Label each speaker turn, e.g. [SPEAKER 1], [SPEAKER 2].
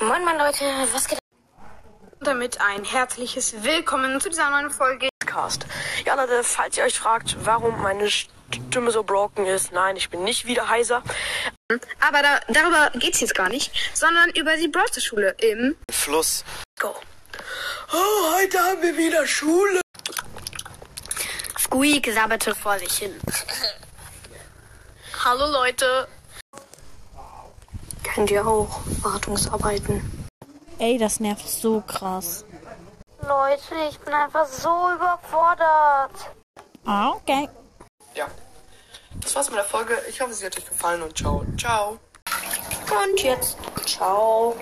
[SPEAKER 1] Leute, was geht damit ein herzliches Willkommen zu dieser neuen Folge.
[SPEAKER 2] Cast. Ja, Leute, falls ihr euch fragt, warum meine Stimme so broken ist, nein, ich bin nicht wieder heiser.
[SPEAKER 1] Aber da, darüber geht's jetzt gar nicht, sondern über die Browser-Schule im
[SPEAKER 3] Fluss.
[SPEAKER 1] Go.
[SPEAKER 2] Oh, heute haben wir wieder Schule.
[SPEAKER 1] Squeak sabberte vor sich hin.
[SPEAKER 2] Hallo Leute.
[SPEAKER 1] Kennt ihr auch Wartungsarbeiten?
[SPEAKER 4] Ey, das nervt so krass.
[SPEAKER 5] Leute, ich bin einfach so überfordert.
[SPEAKER 4] Ah, okay.
[SPEAKER 3] Ja. Das war's mit der Folge. Ich hoffe, sie hat euch gefallen und ciao. Ciao.
[SPEAKER 1] Und jetzt, ciao.